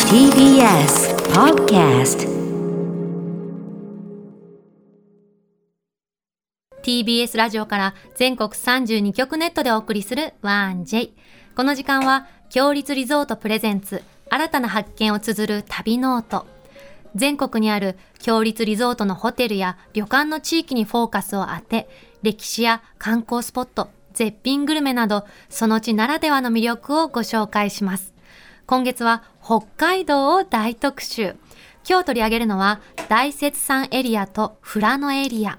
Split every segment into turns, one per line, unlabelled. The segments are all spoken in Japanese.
TBS Podcast
TBS ラジオから全国32局ネットでお送りする 1J この時間は強立リゾートプレゼンツ新たな発見を綴る旅ノート全国にある強立リゾートのホテルや旅館の地域にフォーカスを当て歴史や観光スポット絶品グルメなどその地ならではの魅力をご紹介します今月は北海道を大特集今日取り上げるのは大雪山エリアと富良野エリア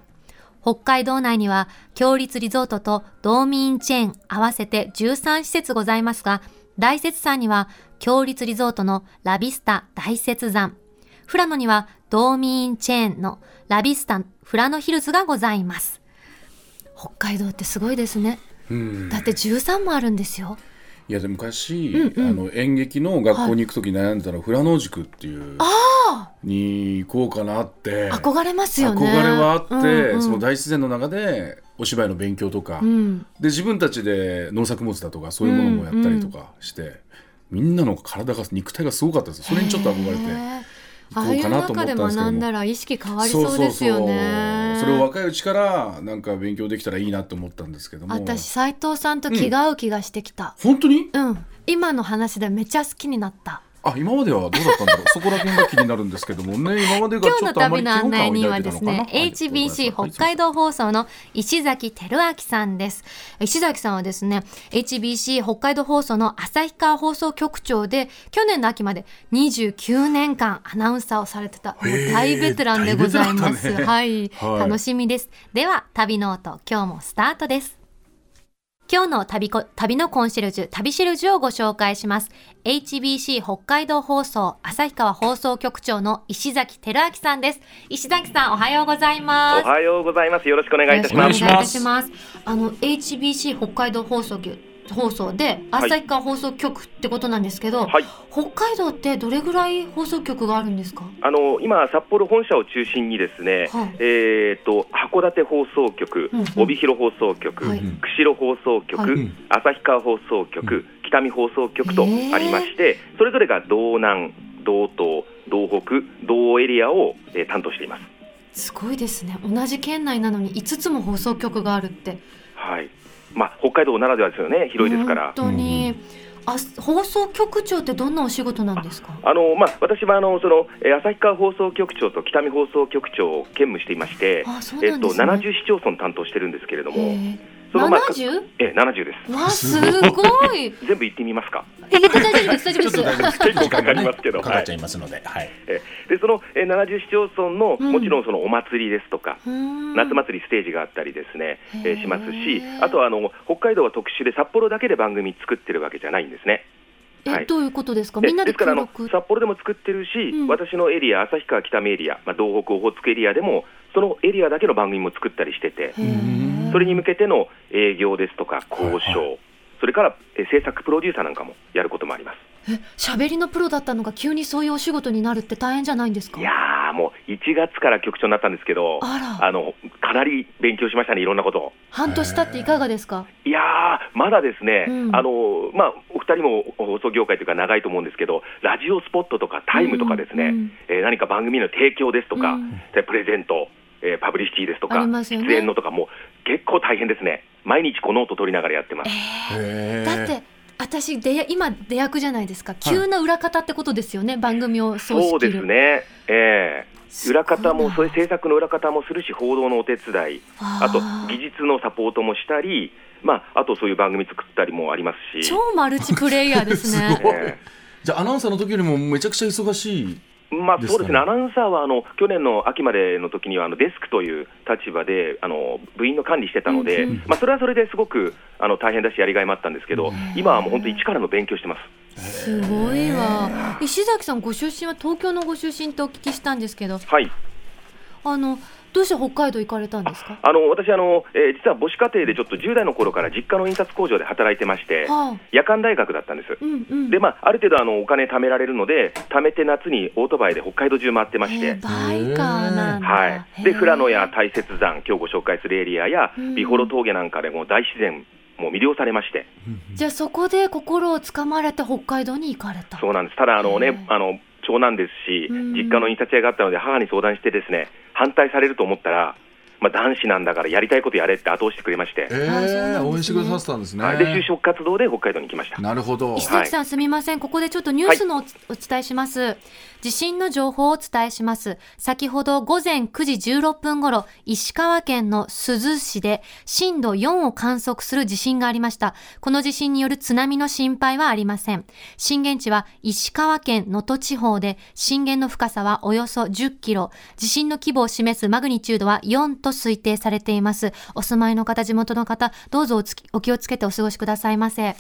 北海道内には、強立リゾートと道民チェーン合わせて13施設ございますが、大雪山には、強立リゾートのラビスタ大雪山、富良野には道民チェーンのラビスタ富良野ヒルズがございます。北海道ってすごいですね。
うん
だって13もあるんですよ。
いやでも昔、あの演劇の学校に行く時悩んでたの、富良野塾っていうに行こうかなって
憧れますよね。
憧れはあって、
うんうん
その大自然の中でお芝居の勉強とか、
うん
で自分たちで農作物だとかそういうものもやったりとかして、みんなの体が肉体がすごかったんですよそれにちょっと憧れ
へ
て。
ー
行
ああ
こ
いうう
かなと思
中
ったん
で
ですけども
学んだら意識変わりそうですよね。
そうそうそうそれを若いうちからなんか勉強できたらいいなと思ったんですけども
私斉藤さんと気が合う気がしてきた、
本当に
うん今の話でめちゃ好きになった
あ今まではどうだったん だろうそこら辺が気になるんですけどもね今までがち
今日
ょ
の
っとあま
旅
り
の
嫌
案
悪感
内
を抱
人はいで
てたの
す
かな
ね、HBC
はい
北海道放送の石崎輝明さんです石崎さんはですね HBC 北海道放送の旭川放送局長で去年の秋まで29年間アナウンサーをされてたもう大ベテランでございます、
へー大ベテランだね
はい、
はい
楽しみですでは旅ノート今日もスタートです今日の旅こ旅のコンシェルジュ、旅シェルジュをご紹介します。HBC 北海道放送、旭川放送局長の石崎輝明さんです。石崎さん、おはようございます。
おはようございます。よろしくお願いいたし
よ
ま
ろ
す。
くお願いいたします。あの、HBC 北海道放送局放送で、
い
旭川放送局ってことなんですけど、
はい。
北海道ってどれぐらい放送局があるんですか
あの今札幌本社を中心にですね、
はい
えっ、と函館放送局、
うんうん
帯広放送局、
はい
釧路放送局、
はい
旭川放送局、北見放送局とありまして、それぞれが道南、道東、道北、道央エリアを、えー担当しています。
すごいですね。同じ県内なのに5つも放送局があるって。
はい。まあ北海道ならではですよね。広いですから。
本当に、あ放送局長ってどんなお仕事なんですか
あのまあ、私はあのその、えー旭川放送局長と北見放送局長を兼務していまして、
あそう
え
な
っ
んで
と、
すね、
70市町村担当してるんですけれども、
へえ
そのまあ
70?
ええ70です。
わあすごい
全部言ってみますか。
え大丈夫です大丈夫です
結構かかりますけど。
か
は
かっ
い
ちゃ。いますので、はい。
ええでそのえー70市町村の、
うん
もちろんそのお祭りですとか。
うーん
夏祭りステージがあったりですね、え
へえ
ーしますし、あとはあの北海道は特殊で札幌だけで番組作ってるわけじゃないんですね。
え、
はい
どういうことですか
え
みんなで
ですから
協
あの
力
札幌でも作ってるし、
うん
私のエリア旭川北見エリア、まあ東北オホーツクエリアでもそのエリアだけの番組も作ったりしてて、
へえ
それに向けての営業ですとか交渉、それから、えー制作プロデューサーなんかもやることもあります。
え喋りのプロだったのが急にそういうお仕事になるって大変じゃないんですか
いやーもう1月から局長になったんですけど、
あら
あのかなり勉強しましたね、いろんなことを。
半年経っていかがですか
いやー、まだですね、
うん
あのまあ、お二人も放送業界というか、長いと思うんですけど、ラジオスポットとかタイムとかですね、
うんうん
えー何か番組の提供ですとか、
うん
でプレゼント、えーパブリシティですと
あ
か、
りますよね
出演のとか、もう結構大変ですね、毎日こうノート取りながらやってます。
へー
だって私で今出役じゃないですか急な裏方ってことですよね、番組をそう
そうですね、えー裏方も、そういう
す
制作の裏方もするし、報道のお手伝い、
ごいな
あと技術のサポートもしたり、まあ、あとそういう番組作ったりもありますし、
超マルチプレイヤーですね
す
え
じゃあアナウンサーの時よりもめちゃくちゃ忙しい
えまあ、
ですかね
そうですね、アナウンサーはあの去年の秋までの時にはあのデスクという立場であの部員の管理してたので、
うんう
まあ、それはそれですごくあの大変だし、やりがいもあったんですけど、今はもう本当、一からの勉強して ます。
すごいわ石崎さんご出身は東京のご出身とお聞きしたんですけど
はい
あのどうして北海道行かれたんですか
あの私あの、えー実は母子家庭でちょっと10代の頃から実家の印刷工場で働いてまして、
はあ
夜間大学だったんです。
うんうん
でまあ、ある程度あのお金貯められるので、貯めて夏にオートバイで北海道中回ってまし
へえ
て、
バイカーなんだ、
はい、
へ
で
え
富良野や大雪山、今日ご紹介するエリアや
うん、
美幌峠なんかでも大自然もう魅了されまして
じゃあそこで心をつかまれて北海道に行かれた。
そうなんですただあの、
へ
ね
え、
あの長男ですし
うん
実家の印刷屋があったので母に相談してですね反対されると思ったら、まあ、男子なんだからやりたいことやれって後押してくれまして、
そうなんです
え
ね
え応援してくださってたんですね
はいで就職活動で北海道に来ました。
なるほど
石崎さん、すみません。ここでちょっとニュースのお,、お伝えします。地震の情報をお伝えします。先ほど午前9時16分頃、石川県の珠洲市で震度4を観測する地震がありました。この地震による津波の心配はありません。震源地は石川県能登地方で、震源の深さはおよそ10キロ。地震の規模を示すマグニチュードは4と推定されています。お住まいの方、地元の方、どうぞおつきお気をつけてお過ごしくださいませ。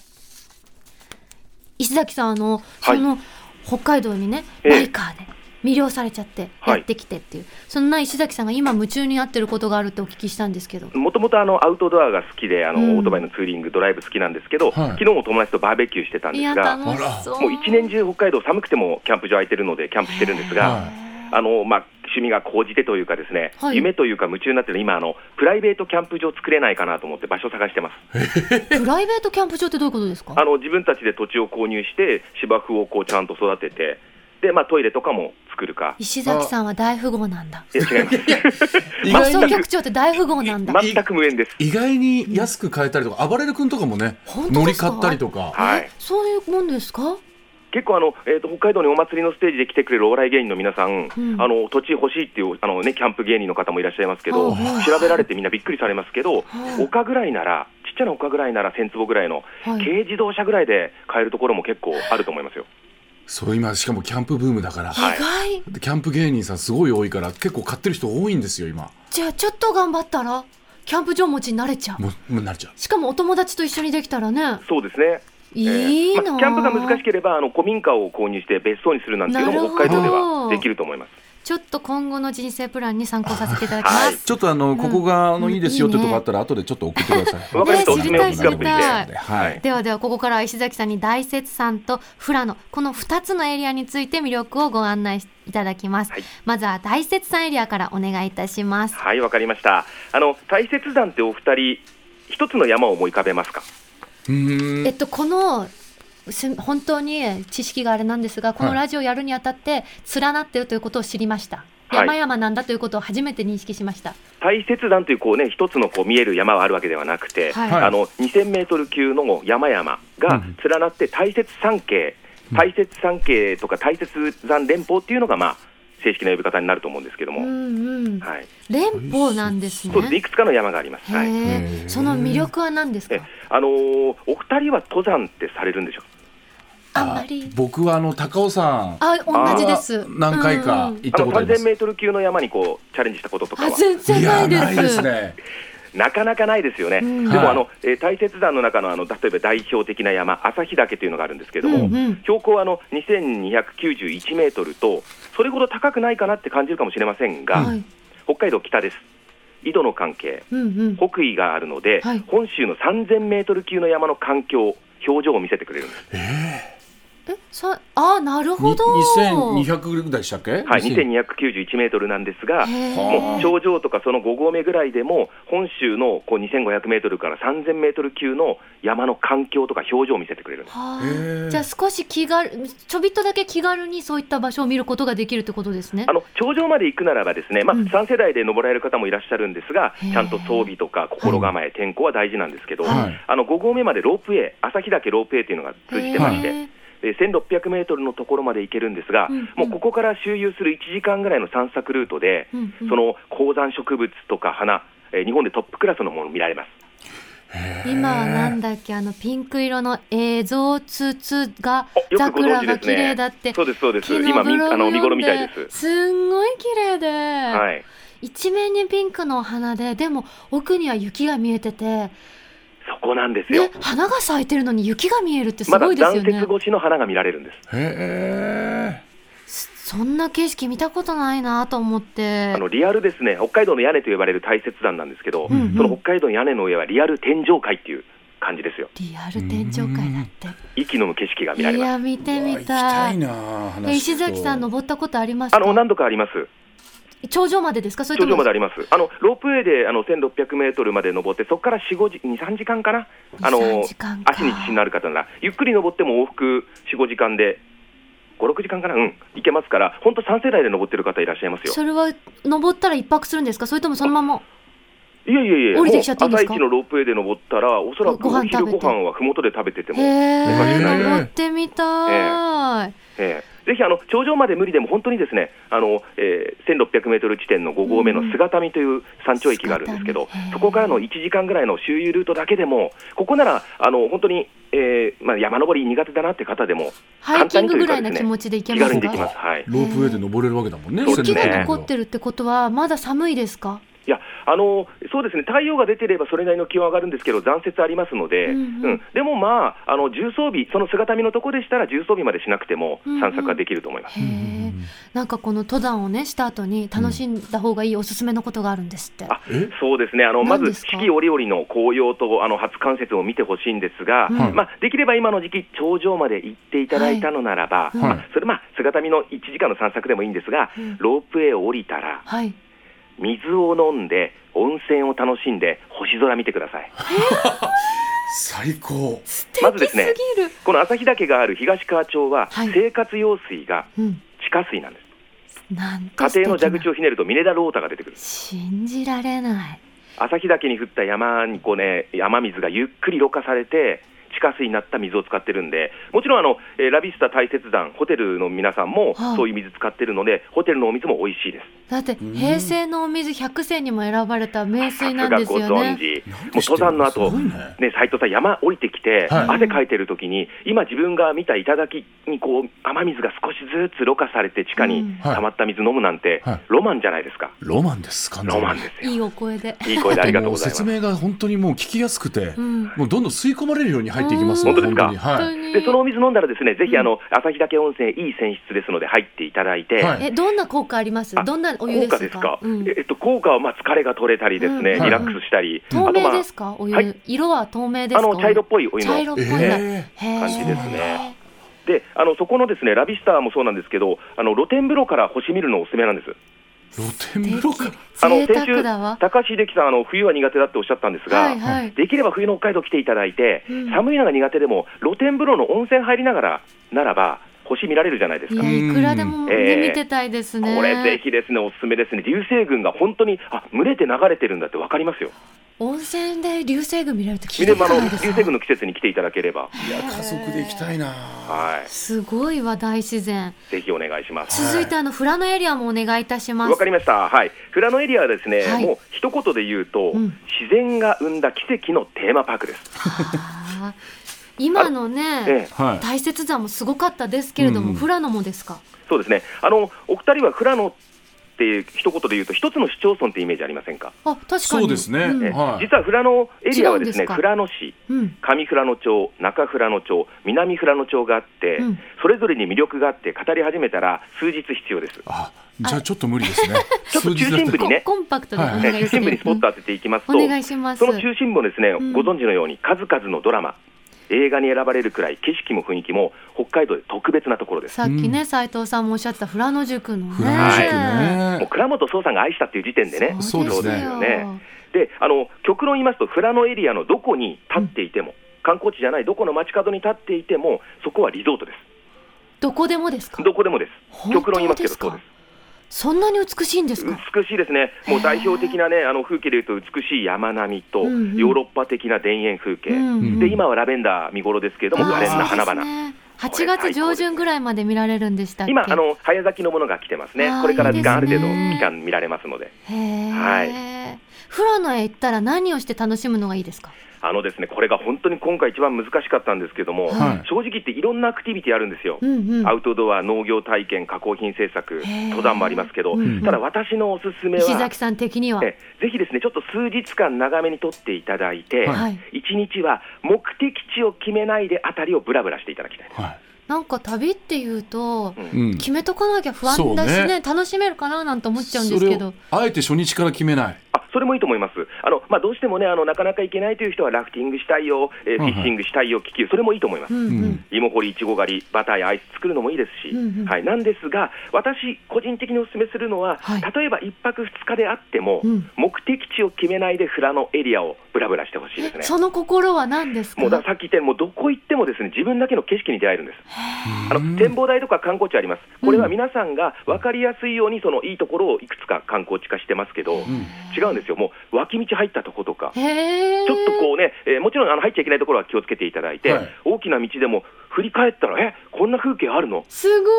石崎さんあの、
はい
その北海道にね
ええ
バイカーで魅了されちゃって
は
や
い
ってきてっていう、そんな石崎さんが今夢中になってることがあるってお聞きしたんですけど
もともとあのアウトドアが好きであの、
うん
オートバイのツーリングドライブ好きなんですけど、
はい
昨日も友達とバーベキューしてたん
い
です
や
がも
楽しそう
う一年中北海道寒くてもキャンプ場空いてるのでキャンプしてるんですが、
は
あのまあ、趣味が高じてというかですね、
はい
夢というか夢中になってる今あのプライベートキャンプ場作れないかなと思って場所探してます
プライベートキャンプ場ってどういうことですか
あの自分たちで土地を購入して芝生をこうちゃんと育ててで、まあ、トイレとかも作るか
石崎さんは大富豪なんだ
いや違います
い意
放
外
送
に
局長って大富豪なんだ、
い
全く無縁です
意外に安く買えたりとか暴れる君とかもね
本当
乗
で
り
すか
買ったりとか
はい
えそういうもんですか
結構あの、えー、と北海道にお祭りのステージで来てくれるお笑い芸人の皆さん、
うん
あの土地欲しいっていうあの、ね、キャンプ芸人の方もいらっしゃいますけど、
はいはい
調べられてみんなびっくりされますけど、
はい
丘ぐらいならちっちゃな丘ぐらいなら1000坪ぐらいの
はい
軽自動車ぐらいで買えるところも結構あると思いますよ。
そう今しかもキャンプブームだから
はい
意外
でキャンプ芸人さんすごい多いから結構買ってる人多いんですよ今
じゃあちょっと頑張ったらキャンプ場持ちになれちゃう
もうもうなっちゃう
しかもお友達と一緒にできたらね
そうですね
いい
えー
な、
まあキャンプが難しければあの古民家を購入して別荘にするなんていうのも
な
北
るほ
海
ど
道ではできると思います。
ちょっと今後の人生プランに参考させていただきます、
はい
ちょっとあの、ここがあのいいですよってとこあったら後でちょっと送ってください。
わかりました
ね知りたい知りたい
はい。
ではではここからは石崎さんに大雪山と富良野この2つのエリアについて魅力をご案内いただきます、
はい
まずは大雪山エリアからお願いいたします
はいわかりました。あの大雪山ってお二人一つの山を思い浮かべますか。
うー
え
ん
っとこのす本当に知識があれなんですがこの
はい
ラジオやるにあたって連なっているということを知りました、
はい
山々なんだということを初めて認識しました
大雪山というこうね一つのこう見える山はあるわけではなくて、
はい
はい
あの2000メートル級の山々
う
が
ん
連なって大雪山系、大雪山系とか大雪山連峰っていうのがまあ正式な呼び方になると思うんですけど
う
も、
んうん
はい、
連峰なんですね
そうですいくつかの山があります。
へ
はい。
へ
え
ー
その魅力は何ですか
えあのーお二人は登山ってされるんでしょ
あんまり
僕はあの高尾さん
あ同じです
何回か
うんうん
行っ
あ
た
の
ことあります
3000。メートル級の山にこうチャレンジしたこととか
あ
は
全然ないです
ないですね。
なかなかないですよね、
うん
で
はい
もあの、えー大雪山の中のあの例えば代表的な山、旭岳というのがあるんですけども、
うんうん
標高はあの2291メートルと、それほど高くないかなって感じるかもしれませんが、
はい
北海道北です、緯度の関係、
うんうん、
北緯があるので、
はい
本州の3000メートル級の山の環境、表情を見せてくれるんです、
えさあーなる
に
ほど
2200ぐらいでしたっけ？
はい、
2000
2291メートルなんですが、
へー
もう頂上とかその5合目ぐらいでも、本州のこう2500メートルから3000メートル級の山の環境とか表情を見せてくれるんです。
はあ
へー
じゃあ少し気軽ちょびっとだけ気軽にそういった場所を見ることができるってことですね
あの頂上まで行くならば、ですね、まあ
うん
3世代で登られる方もいらっしゃるんですが、
へー
ちゃんと装備とか心構え、天候は大事なんですけど、
はい
あの5合目までロープウェイ、旭岳ロープウェイというのが通じてまして、
へー
で1600メートルのところまで行けるんですが、
うんうん
もうここから周遊する1時間ぐらいの散策ルートで、
うんうん
その高山植物とか花、えー日本でトップクラスのもの見られます。
今はなんだっけあのピンク色の映像つつが
およくご存
桜
知
が
です
綺
ね。
麗だって
そうですそうです。
昨日
今
ブ
み
ログ
あの見
読
頃
ん
みた
で
いです。
すんごい綺麗で、
はい。
一面にピンクのお花ででも奥には雪が見えてて
そこなんですよ
ね。花が咲いてるのに雪が見えるってす
まだ
ごいです
残
よね
雪越しの花が見られるんです。
へ
そんな景色見たことないなと思って
あのリアルですね、北海道の屋根と呼ばれる大雪山なんですけど、
うんうん
その北海道の屋根の上はリアル天上界っていう感じですよ、
リアル天井界だっ
息のむ景色が
て
見られ
い
ます。
や見て
え。
み
行きた
た
い
い
なあ話聞くと
え石崎さん登ったことありますか
あの何度かあります、
頂上までですかそれと
頂上
も
まであります。あのロープウェイであの1600メートルまで登って、そこから4、5時、2、3時間かな。あ
2 3
の
時間か
足に自信のある方なら、ゆっくり登っても往復4、5時間で、5、6時間かな、うん、行けますから、本当3世代で登ってる方いらっしゃいますよ。
それは登ったら一泊するんですかそれともそのまま
いやいやいや、
降
もう
りてきちゃっていいんで
朝
すか
一のロープウェイで登ったら、おそらく
ご
お
飯食
昼
べ
ご
て
飯はふもとで食べてても、
へえ
珍しいね
登ってみたい、
ええぜひあの頂上まで無理でも本当にですねあの、えー1600メートル地点の5合目の姿見という山頂駅があるんですけど、
姿見へえ
そこからの1時間ぐらいの周遊ルートだけでもここならあの本当に、えーまあ、山登り苦手だなって方でも
ハイキングぐらいな
簡単にというかですね
気持ちで行け
気
ま
軽
す
にできま
か
す。はい
ロープウェイで登れるわけだもんね。
そうです
雪
ね
が
仙台
残ってるってことはまだ寒いですか
いやあのそうですね、太陽が出てればそれなりの気温上がるんですけど、残雪ありますので、
う
うんん
うん
でもまああの、重装備、その姿見のとこでしたら、重装備までしなくても
うんうん
散策はできると思います。
へえなんかこの登山をねした後に楽しんだ方がいいおすすめのことがあるんですって、
あ
え
そうですねあのま
何で
ず
すか
四季折々の紅葉とあの初冠雪を見てほしいんですが、
うん
まあ、できれば今の時期、頂上まで行っていただいたのならば、
いうん
まあ、それ、まあ、姿見の1時間の散策でもいいんですが、
うん
ロープウェイを降りたら、
はい
水を飲んで、温泉を楽しんで、星空見てください。
最高
素
まずですね
ぎる、
この旭岳がある東川町は、
はい
生活用水が
うん、
地下水なんです。
なんて素敵
家庭
な
の蛇口をひねるとミネラルウォーターが出てくる。
信じられない
旭岳に降った山にこうね、山水がゆっくりろ過されて、地下水になった水を使ってるんで、もちろんあの、えーラビスタ大雪山、ホテルの皆さんも
はい
そういう水使ってるので、ホテルのお水も美味しいです。
だって
うん
平成のお水百選にも選ばれた名水なん
さ
です
ご
よ
存
ね
知。
も
もう登山の後
すごいね
ね、斉藤さん、山降りてきて、
はい
汗かいてる時に、今自分が見た頂にこう雨水が少しずつろ過されて地下
う
に
ん
溜まった水飲むなんて、
はい
ロマンじゃないですか。
ロマンです、完全
ロ
に。
マンですよ。
いいお声で、
いい声でありがと
も
うご
う
ざいます
説。明が本当にもう聞きやすくて、
うん、
もうどんどん吸い込まれるように入っていきますね
うん本当です
本当に。
本
は
当に
でそのお水飲んだら、ですねぜひ
うん
あの、旭岳温泉、いい泉質ですので、入っていただいて、
はい
えどんな効果あります
あ
どんなお湯です
効
か
果ですか、
うん
えっと、効果はまあ疲れが取れたり、ですね、
うん
リラックスしたり、
透
あと、
明
まあ
ですかお湯、
はい
色は透明です
あ
か
の茶色っぽいお湯
茶
の
色っぽ
い
いんだ、
え
へー
感じですねであのそこのですねラビスターもそうなんですけど、あの露天風呂から星見るのおすすめなんです。
え露天風呂か。
あの
贅沢だわ
高橋英樹さんあの、冬は苦手だっておっしゃったんですが、
はいはい
できれば冬の北海道来ていただいて、
うん
寒いのが苦手でも、露天風呂の温泉入りながらならば、星見られるじゃないです
い
か。
やいくらでも、ね
ええ
見てたいですね
これぜひですね、おすすめですね、流星群が本当に、あ群れて流れてるんだって分かりますよ、
温泉で流星群見れるって聞
ミ
いた
ネ
こ
マ
と
の
ない
流
です
星群の季節に来ていただければ、
いや家族で行きたいな
は
すごいわ大自然
い、ぜひお願いします。
続いてあの富良野エリアもお願いいたします
わかりました、はい、富良野エリアはですね、
はい
もう一言で言うと、
うん
自然が生んだ奇跡のテーマパークです。
あー今のね
ええ
はい。
大雪山もすごかったですけれども、
うんうん
富良野もですか
そうですね、あのお二人は富良野って一言で言うと、一つの市町村ってイメージありませんか、
あ確かに
そうですね
うん
え
はい
実は富良野エリアはで
違う
す
んです
ね、
か
富良野市、
うん
上富良野町、中富良野町、南富良野町があって、
うん
それぞれに魅力があって、語り始めたら数日必要です。
あ、じゃあちょっと無理ですね。
ちょっと中心部にね
ココンパクトでお願いし
ね
ます、
中心部にスポット当てていきますと、
お願いします
その中心部をですね、
ん
ご存知のように数々のドラマ、映画に選ばれるくらい景色も雰囲気も北海道で特別なところです。
さっきね斉藤さんもおっしゃった富良野塾のね
富良野宿
もう
ね。
倉本壮さんが愛したっていう時点でね、
そうですね
そうですよねであの極論言いますと、富良野エリアのどこに立っていても、観光地じゃないどこの街角に立っていても、そこはリゾートで
どこでもですか
す。どこでもです。
本
極論言い
当で
ますけど、
す
そう
か
です。
そんなに美しいんですか
美しいですね、もう代表的な、ね、あの風景でいうと、美しい山並みと、
うんうん
ヨーロッパ的な田園風景、
うん
で今はラベンダー見頃ですけれども、
あ
可
ー
憐な花
そう
々、
ですね8月上旬ぐらいまで見られるんでしたっけ
今あの、早咲きのものが来てますね
あー、
これから時間あ
いい
る
で
程
す
度、
ね
期間見られますので、
へー
はい
富良野へ行ったら何をして楽しむのがいいですか
あのですねこれが本当に今回、一番難しかったんですけども、
はい
正直言っていろんなアクティビティあるんですよ。
うんうん
アウトドア、農業体験、加工品製
へ
作、
ー
登山もありますけど、
うんうん
ただ私のおすすめ
石
は
崎、さん的には
えぜひですね、ちょっと数日間長めに撮っていただいて、
はい
一日は目的地を決めないであたりをぶらぶらしていただきたい。
は
なんか旅っていうと
うん
い。うん。
決めとかなきゃ不安だし
そう
ね
ね
楽しめるかななんて思っちゃうんで
そ
す
れ
け
を
ど
あえて初日から決めない。
あそれもいいと思います、あのまあ、どうしてもねあの、なかなか行けないという人は、ラフティングしたいよ、えーフ
はいはい
ィッシングしたいよ、気球、それもいいと思います。
うんうん
芋掘り、いちご狩り、バターやアイス作るのもいいですし、
うんうん
はい、なんですが、私、個人的にお勧めするのは、
はい
例えば1泊2日であっても、
うん
目的地を決めないで、富良野エリアをぶらぶらしてほしいですね。
その心は何ですか
もうださっき言ったようにもうどこ行ってもですね自分だけの景色に出会えるんです。あの展望台とか観光地あります。これは皆さんが分かりやすいようにそのいいところをいくつか観光地化してますけど、違うんですよ。もう脇道入ったとことか。
へー
ちょっとこうね、えーもちろんあの入っちゃいけないところは気をつけていただいて、
はい
大きな道でも振り返ったら、えこんな風景あるの
すごい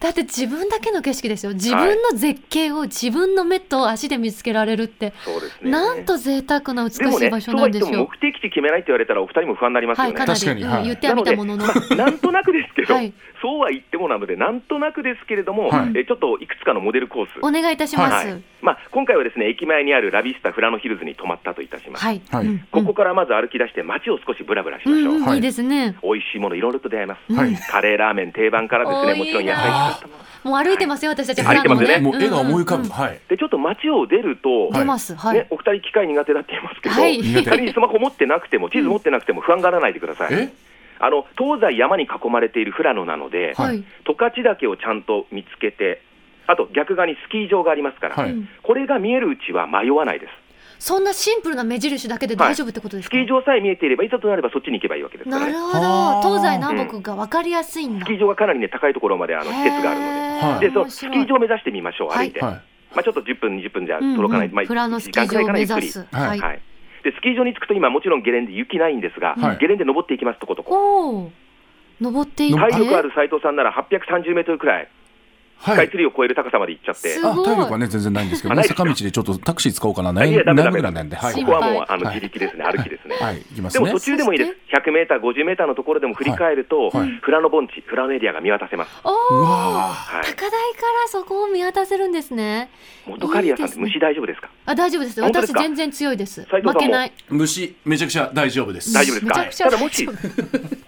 だって自分だけの景色ですよ自分の絶景を自分の目と足で見つけられるって、
そうですね。
なんと贅沢な美
でも
しい
ね、
場所
そう
な
は
ん
言
で
って
す
も
よ
目的地決めないって言われたら、お二人も不安になります
は
よ
い
ね。
かなり、
確かに
うん
はい
言ってはみたものの
なので、まあなんとなくですけど、
はい
そうは言ってもなので、なんとなくですけれども、
はい
えちょっといくつかのモデルコース、
お願いいたします
はいまあ、今回はですね駅前にあるラビスタ富良野ヒルズに泊まったといたします、
はい、
はい
うん
ここからまず歩き出して、街を少しぶらぶらし
う
まし
ん
ょう。
うん、、
はいい
いですね
美味しいもの、いろいろと出会います、
はい
カレーラーメン定番からですね、もちろん野菜使ったもの、
もう歩いてますよ私たち
歩いてますよ
普
ね
段
も
も
う絵が思い浮か
うん
ぶ。
うん
はい。
でちょっと街を出ると、
出ますはい、
ね、お二人、機械苦手だって言いますけど、
はい
二人にスマホ持ってなくても、地図持ってなくても、不安がらないでください。
え？
あの東西山に囲まれている富良野なので、
はい
十勝岳をちゃんと見つけて、あと逆側にスキー場がありますから、
は
う
い
ん。
これが見えるうちは迷わないです。
そんなシンプルな目印だけで大丈夫ってことです
ス
か、
キー場さえ見えていれば、いざとなればそっちに行けばいいわけですか
な
ら、
る
ね、
ほ
はあ
ど東西南北が分かりやすいんだ、
スキー場がかなり、ね、高いところまであの施設があるの
へ
は
ー
い
で、でその
面
スキ
白い
ー場を目指してみましょう、
は
歩
い
いて、
は
まあ、ちょっと10分、20分じゃ
うんうん
届かない、まあ、
富良野ス
時
キー
間くらい
場
か
を
な
目
ゆっく
指
り。
す
はい
はいでスキー場に着くと、今、もちろんゲレンデ、雪ないんですが、
はい
ゲレンデ登っていきますとことか、
おお登っていって
登
体力ある斉藤さんなら830メートルくらい、
い。
ス
は
カイ
い
ツ。リーを超える高さまで行っちゃって
す、ご
あ、
い
体力はね全然ないんですけど
あな
ね、
いですか
坂道でちょっとタクシー使おうかな、
あいや
悩む
ダメ
悩
ダメ
むぐらいなんで、はい。
心
ここ
配
は
はもうあの
はい
自力ですね、歩きですね。
い。行きま
ですも
ね
途。中でもいいです、100メーター、50メーターのところでも振り返ると、
はい
富良野盆地、富良野エリアが見渡せます、
お
う
お
わ
は
高台
い、
からそこを見渡せるんですね
元刈谷さんって
いいです
虫大丈夫ですか、
あ大丈夫です
本当で
私
すか
全然強いです
斉藤さんも
負けない
ー。虫めちゃくちゃ大丈夫です。
大丈夫ですか、
めちゃくちゃ
ただもし、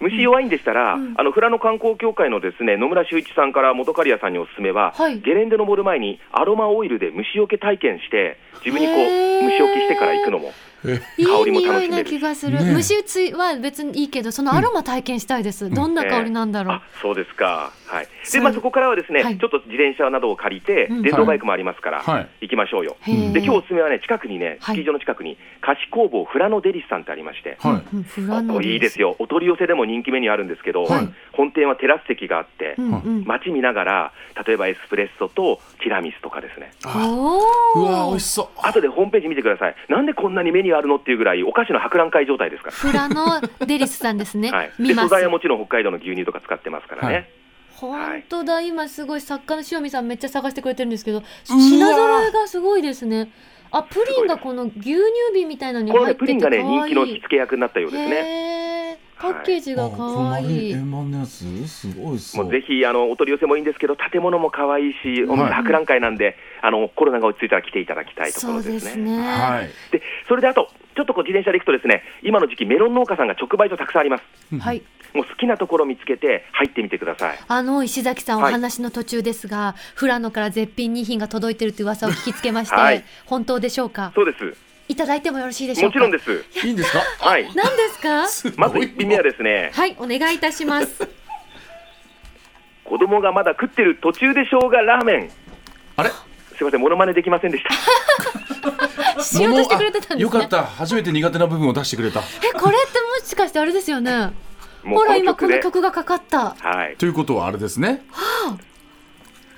虫弱いんでしたら、あの富良野観光協会のですね野村修一さんから元刈谷さんにおすすめは、
はい
ゲレンデ登る前にアロマオイルで虫除け体験して、自分にこう
へー
虫除けしてから行くのも、
いい
香りも
匂
楽
い
しめ
な
る
気がする、
ねえ
虫打ちは別にいいけどそのアロマ体験したいです、どんな香りなんだろう、
あそうですか、はい、
そ
で
う
まあ、そこからはですね、
はい
ちょっと自転車などを借りて、
うん
電動バイクもありますから、
はい
行きましょうよ。
へー
で今日おすすめはね、近くにね、ス
はい
キー場の近くに、菓子工房フラノデリスさんってありまして、
はい。
うんフラノ
おいいですよ、お取り寄せでも人気メニューあるんですけど、
はい
本店はテラス席があって、
うんうん、
街見ながら、例えばエスプレッソとティラミスとかですね、
あ
おお
うわー美味しそう。
あとでホームページ見てください、なんでこんなにメニューあるのっていうぐらい、お菓子の博覧会状態ですから。
フラノデリスさんですね、
はい、で
見ま
素
す
材はもちろん北海道の牛乳とか使ってますからね、
はい
本当だ今すごい作家の塩見さんめっちゃ探してくれてるんですけど品揃えがすごいですねあプリンがこの牛乳瓶みたいなのに
この、
入
ね、
って
プリ
て
ン
か
がね、
わ
人
い
気の火
い
付け役になったようですね。
へーパッケージがかわいい、
あこの円満のやつすごいっす
もうぜひあのお取り寄せもいいんですけど、建物も可愛いし、
はい
博覧会なんで、あのコロナが落ち着いたら来ていただきたいとこ
そ
ろ
う
で
ですす
ね。
ね、
はい。
でそれであと、ちょっとこう自転車で行くと、ですね今の時期、メロン農家さんが直売所たくさんあります。
はい
もう好きなところ見つけて、入ってみてください。
あの石崎さん、お
はい
話の途中ですが、富良野から絶品2品が届いてるという噂を聞きつけまして、
はい
本当でしょうか、
そうです。
いただいてもよろしいでしょ
も
う
ち
か。
ろんです。
いいんで すか？
はい。
何ですか
まず1品目はですね、
はい、お願いいたします。
子供がまだ食ってる途中でしょうがラーメン。
あれ？
すいません、モノマネできませんでした。
しようとしてくれてたんですね。
よかった。初めて苦手な部分を出してくれた。
え、これってもしかしてあれですよね。
も
ほ
う
ら、
こ
今
の
こ
曲
の
で。
曲がかかった。
はい。
ということはあれです ね。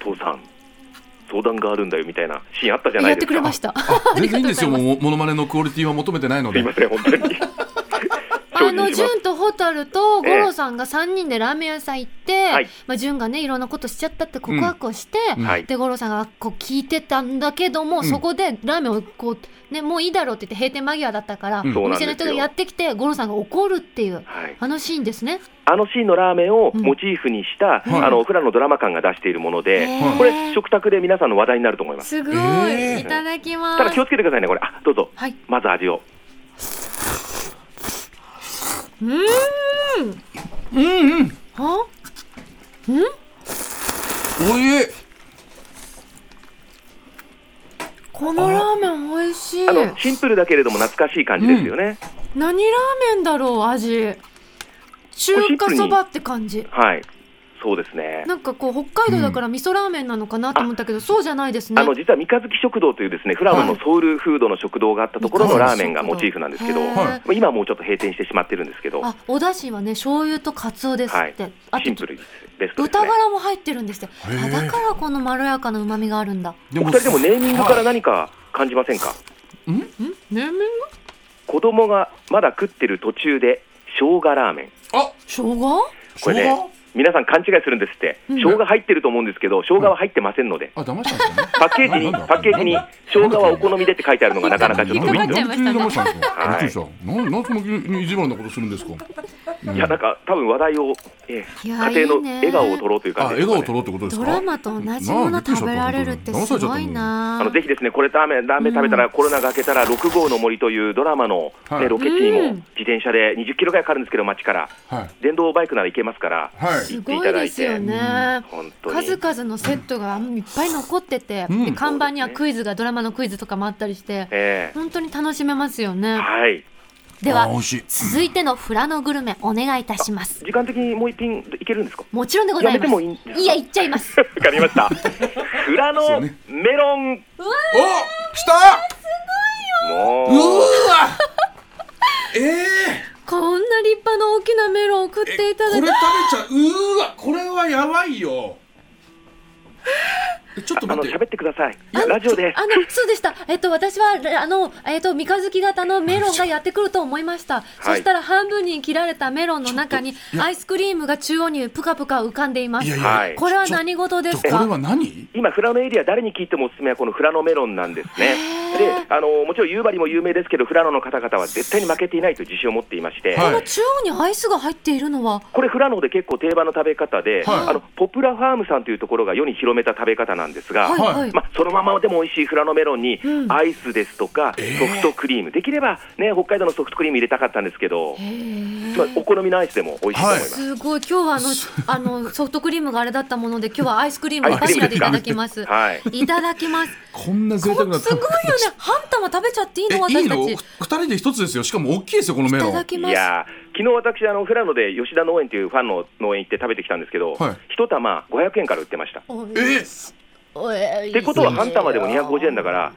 父さん、相談があるんだよみたいなシーンあったじゃな
や
い
っ
で
てく
すか。
れました。
全然いいんですよ。もうモノマネのクオリティは求めてないの
すい
で
ま。せん、本当 に。
あの
精進します
潤と蛍と五郎さんが3人でラーメン屋さん行って、
はい
まあ、潤がねいろんなことしちゃったって告白をして、
ん
はい
で五郎さんがこう聞いてたんだけども、そこでラーメンをこう、ね、もういいだろうって言って閉店間際だったから、
ん
お店の人がやってきて五郎さんが怒るっていう、
はい
あのシーンですね。
あのシーンのラーメンをモチーフにした、
うん
あのフラのドラマ感が出しているもので、
へー
これ、食卓で皆さんの話題になると思います。
すごい、
えー
いただきま
ただ気
す
をつけてくださいね、これ、あどうぞ、
はい
まず味を、
は
おいしい。
このラーメン美味しい
あのシンプルだけれども懐かしい感じですよね、
何ラーメンだろう味中華そばって感じ
はいそうですね
なんかこう北海道だから味噌ラーメンなのかなと思ったけど、そうじゃないですね
あの実は三日月食堂というですねフラムのソウルフードの食堂があったところの
はい
ラーメンがモチーフなんですけど、
へー
まあ今はもうちょっと閉店してしまってるんですけど、は
あお出汁はね醤油とカツオですって、あ
い、シン
と
プルですですとです
豚
ね
ガ。ラも入ってるんですって
へ
あ
え
だからこのまろやかな旨味があるんだ
で
お二人でもネーミングから何か感じませんか、
ねみん
子供がまだ食ってる途中で生姜ラーメン
あ
生姜
こ
生
れね
姜
皆さん勘違いするんですって、生姜入ってると思うんですけど生姜は入ってませんので、
あ騙したんですかね
パッケージに
なんだ
パッケージに生姜はお好みでって書いてあるのがなかなかちょっと
引っ
び
か
っ
かっちゃいましたね
なんで急に騙したんですか
はい
びっくりしたなんなんその意地悪なことするんですか
いやなんか多分話題を、ええ
いや
家庭
いい
の
ね
笑顔を取ろうという
あ
感じで
笑顔を
すかね
取ろうってことです
ド
か
ラマと同じもの食べられるってすごいな
あのぜひですねこれラーメンラーメン食べたらコロナが明けたら6号の森というドラマの、ね
はい
ロケ地に
うん
も自転車で20キロぐらいかかるんですけど街から
はい
電動バイクなら行けますから、
はい
すごいですよね
本当に
数々のセットがいっぱい残ってて、
うん
で看板にはクイズがドラマのクイズとかもあったりして
え
本当に楽しめますよ
え
ね
はい
では
あー美味しい
続いてのフラノグルメお願いいたします
時間的にもう一品いけるんですか
もちろんでござい
やめ
ま
て
す
もいいんですか
いや行っちゃいます
わかりました。 フラのメロン。
お来たうー
もう。
わ ええ
こんな立派な大きなメロンを送っ
え
ていただい
これ食べ
て
ちゃううーわこれはやばいよえちょっと
あの
待って
喋ってください。ラジオです。
あのそうでした、えっと、私はあの、えっと、三日月型のメロンがやってくると思いました、そしたら半分に切られたメロンの中にアイスクリームが中央にぷかぷか浮かんでいます
いやいや
はい。
これは何事です
これ
か
は何
今フラのエリア誰に聞いてもおすすめはこのフラのメロンなんですね。で、あのもちろん夕張も有名ですけどフラノの方々は絶対に負けていないという自信を持っていまして。
は
こ
い
の中央にアイスが入っているのは
これフラノで結構定番の食べ方で、
はい
あのポプラファームさんというところが世に広めた食べ方なんですが、
はいはい、
は
まあ、そのままでも美味しいフラノメロンに
うん
アイスですとか
え
ソフトクリーム、できれば、ね、北海道のソフトクリーム入れたかったんですけど、まあ、お好みのアイスでも美味しいと思います。
すごい今日はあのあのソフトクリームがあれだったもので今日はアイスクリームを
アイスクリ
柱
ー
で
ム
い
ですか
ただきます、
はい
い、ただきます
こんな
こ
贅
れす
沢
ごいよ
な
ね半玉食べちゃっていいの
えい
私
い
た
の
ち
二
い
人で一つですよしかも大きいですよこのメロ
た
ン
だきま
い
す
やー昨日私あの、富良野で吉田農園というファンの農園行って食べてきたんですけど、
はい
一玉500円から売ってました。っ
おい
え
おい
てことは、半玉でも250円だから、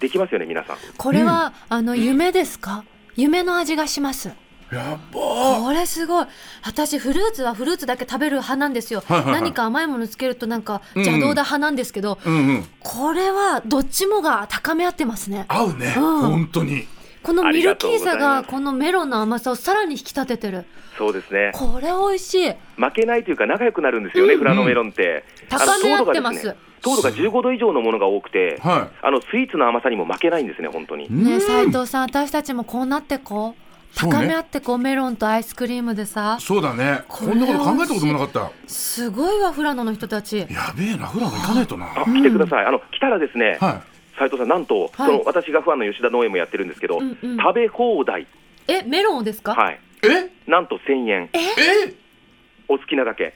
できますよね、皆さん。
これは、あの夢ですか夢の味がします
やば
これすごい私フルーツはフルーツだけ食べる派なんですよ、
はいはいはい
何か甘いものつけるとなんか
ん
邪道だ派なんですけど、
うんうん
これはどっちもが高め合ってますね
合うね
うん
本当に
このミルキーさ
ありがとうござい
が
ます
このメロンの甘さをさらに引き立ててる
そうですね、
これ美味しい
負けないというか、仲良くなるんですよね、富良野メロンって。あの
高め合ってま
糖度がですね糖度が15度以上のものが多くて、
は
あのスイーツの甘さにも負けないんですね、本当に。
う
ね
ん
斉藤さん私たちもこうなってこう
そうね
高め合ってこうメロンとアイスクリームでさ
そうだね
こ
こ
れ
んなこと考えたこともなかった
すごいわ富良野の人たち
やべえなフラも行かないとな
あ来てください、あの来たらですね、
は
斉藤さん、なんと、
はい
その私がファンの吉田農園もやってるんですけど、
うんうん
食べ放題、
えメロンをですか、
はい、
いえ
なんと1000円、
え
お好きなだけ。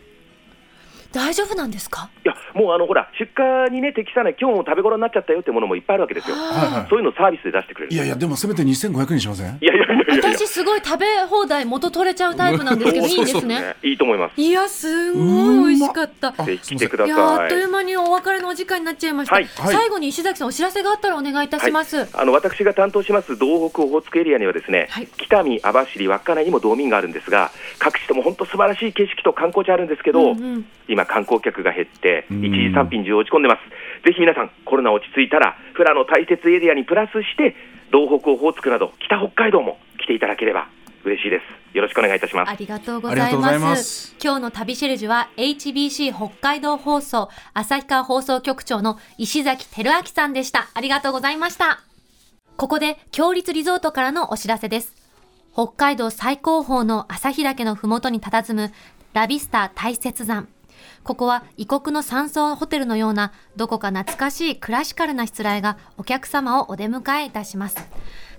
大丈夫なんですか
いや、もうあのほら、出荷にね、適さない、今日も食べ頃になっちゃったよってものもいっぱいあるわけですよ。
はいは
そういうのをサービスで出してくれる。
いいやいやでもせめて2500円しません
いやいやいやいやいや
私すごい食べ放題元取れちゃうタイプなんですけど
お
い
ー
いんです
そう
ね
ねいいと思います。
いやすごい美味しかった
あ
ぜひ来てくだ
い
さい。
やーあっという間にお別れのお時間になっちゃいました、
はい
はい
最後に石崎さんお知らせがあったらお願いいたします、
はい、あの私が担当します道北オホーツクエリアにはですね、
はい
北見、網走、稚内にも道民があるんですが各地とも本当素晴らしい景色と観光地あるんですけど、
うんうん
今、観光客が減って
ん
一時産品需要落ち込んでますぜひ皆さんコロナ落ち着いたら富良野大雪エリアにプラスして道北オホーツクなど北北海道も来ていただければ嬉しいですよろしくお願いいたします
ありがとうご
あ
ざい
りがとうご
ま
ざ
す
います
今日の旅シェルジュは HBC 北海道放送旭川放送局長の石崎輝明さんでしたありがとうございましたここで強立リゾートからのお知らせです北海道最高峰の旭岳のふもとに佇むラビスタ大雪山ここは異国の山荘ホテルのようなどこか懐かしいクラシカルなしつらえがお客様をお出迎えいたします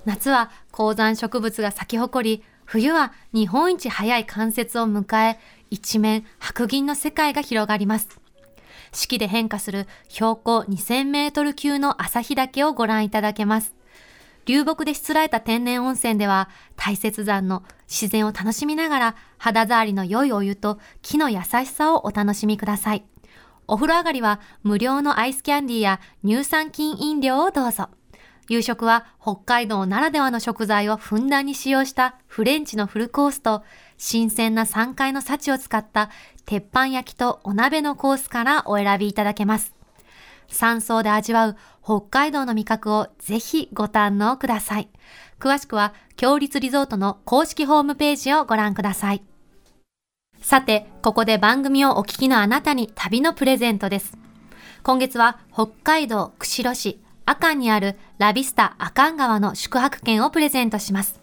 夏は高山植物が咲き誇り冬は日本一早い冠雪を迎え一面白銀の世界が広がります
四季で変化する標高2000メートル級の旭岳をご覧いただけます。流木でしつらえた天然温泉では、大雪山の自然を楽しみながら、肌触りの良いお湯と木の優しさをお楽しみください。お風呂上がりは無料のアイスキャンディーや乳酸菌飲料をどうぞ。夕食は北海道ならではの食材をふんだんに使用したフレンチのフルコースと新鮮な3階の幸を使った鉄板焼きとお鍋のコースからお選びいただけます。山荘で味わう北海道の味覚をぜひご堪能ください。詳しくは、強立リゾートの公式ホームページをご覧ください。さて、ここで番組をお聞きのあなたに旅のプレゼントです。今月は北海道釧路市阿寒にあるラビスタ阿寒川の宿泊券をプレゼントします。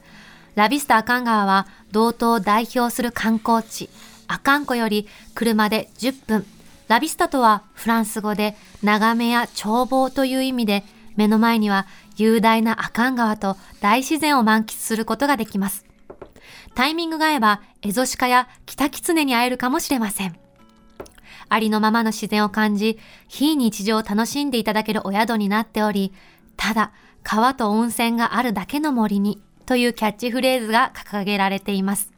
ラビスタ阿寒川は道東を代表する観光地、阿寒湖より車で10分。ラビスタとはフランス語で眺めや眺望という意味で、目の前には雄大な阿寒川と大自然を満喫することができます。タイミングが合えば、エゾシカやキタキツネに会えるかもしれません。ありのままの自然を感じ、非日常を楽しんでいただけるお宿になっており、ただ、川と温泉があるだけの森に、というキャッチフレーズが掲げられています。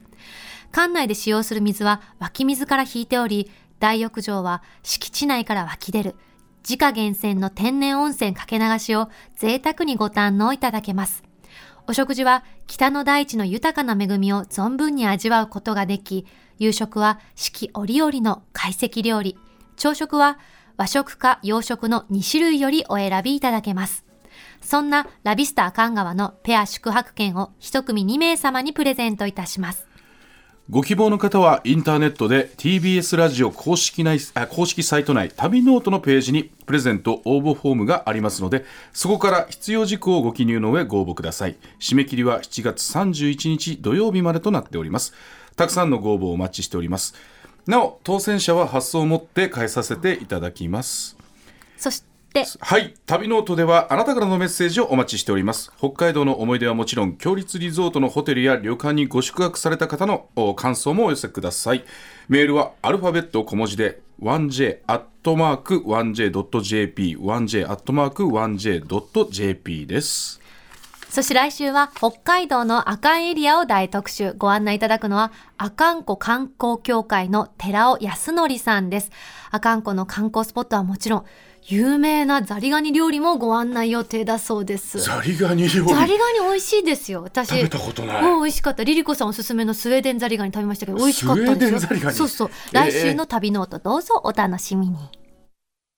館内で使用する水は湧き水から引いており、大浴場は敷地内から湧き出る、自家源泉の天然温泉かけ流しを贅沢にご堪能いただけます。お食事は北の大地の豊かな恵みを存分に味わうことができ、夕食は四季折々の懐石料理、朝食は和食か洋食の2種類よりお選びいただけます。そんなラビスタ阿寒川のペア宿泊券を一組2名様にプレゼントいたします。
ご希望の方はインターネットで TBS ラジオ公式内あ公式サイト内旅ノートのページにプレゼント応募フォームがありますのでそこから必要事項をご記入の上ご応募ください締め切りは7月31日土曜日までとなっておりますたくさんのご応募をお待ちしておりますなお当選者は発送をもって返させていただきます
そして、
はい旅ノートではあなたからのメッセージをお待ちしております北海道の思い出はもちろん強立リゾートのホテルや旅館にご宿泊された方のお感想もお寄せくださいメールはアルファベット小文字で 1j.1j.jp 1j.1j.jp です
そして来週は北海道の阿寒エリアを大特集。ご案内いただくのは阿寒湖観光協会の寺尾康則さんです。阿寒湖の観光スポットはもちろん、有名なザリガニ料理もご案内予定だそうです。ザ
ザリガニ料
リ
理
ガニ美味しいですよ。私。
食べたことない
もう美味しかった。リリコさんおすすめのスウェーデンザリガニ食べましたけど、美味しかったです
スウェーデ
よ。
ンザリガニ
そうそう。
えー
来週の旅ノートどうぞお楽しみに。